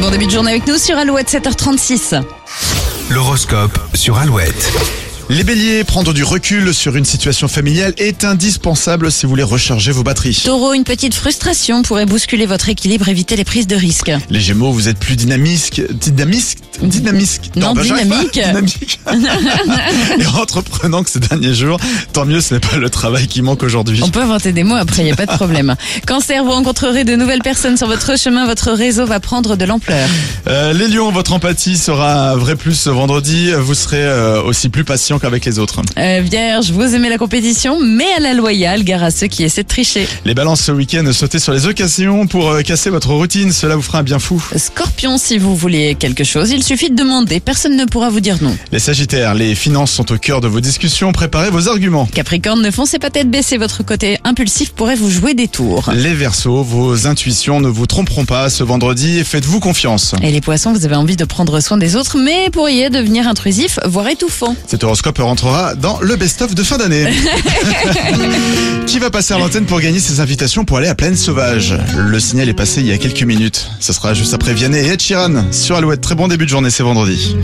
bon début de journée avec nous sur Alouette 7h36. L'horoscope sur Alouette. Les béliers, prendre du recul sur une situation familiale est indispensable si vous voulez recharger vos batteries. Taureau, une petite frustration pourrait bousculer votre équilibre, éviter les prises de risque. Les gémeaux, vous êtes plus dynamisque, dynamisque, dynamisque. Non, bah, j'arrive pas. dynamique. dynamique. Et entreprenant que ces derniers jours, tant mieux, ce n'est pas le travail qui manque aujourd'hui. On peut inventer des mots après, il n'y a pas de problème. Cancer, vous rencontrerez de nouvelles personnes sur votre chemin, votre réseau va prendre de l'ampleur. Euh, les lions, votre empathie sera un vrai plus ce vendredi. Vous serez euh, aussi plus patient qu'avec les autres. Euh, vierge, vous aimez la compétition, mais à la loyale, gare à ceux qui essaient de tricher. Les balances ce week-end, sautez sur les occasions pour euh, casser votre routine. Cela vous fera un bien fou. Scorpion, si vous voulez quelque chose, il suffit de demander, personne ne pourra vous dire non. Les sagittaires, les finances sont au cœur de vos discussions. Préparez vos arguments. Capricorne, ne foncez pas tête baissée, votre côté impulsif pourrait vous jouer des tours. Les Verseaux, vos intuitions ne vous tromperont pas ce vendredi. Faites-vous confiance. Et les poissons, vous avez envie de prendre soin des autres, mais pourriez devenir intrusif, voire étouffant. Cet horoscope rentrera dans le best-of de fin d'année. Qui va passer à l'antenne pour gagner ses invitations pour aller à Plaine Sauvage Le signal est passé il y a quelques minutes. Ce sera juste après Vianney et Ed Sheeran sur Alouette. Très bon début de journée, c'est vendredi.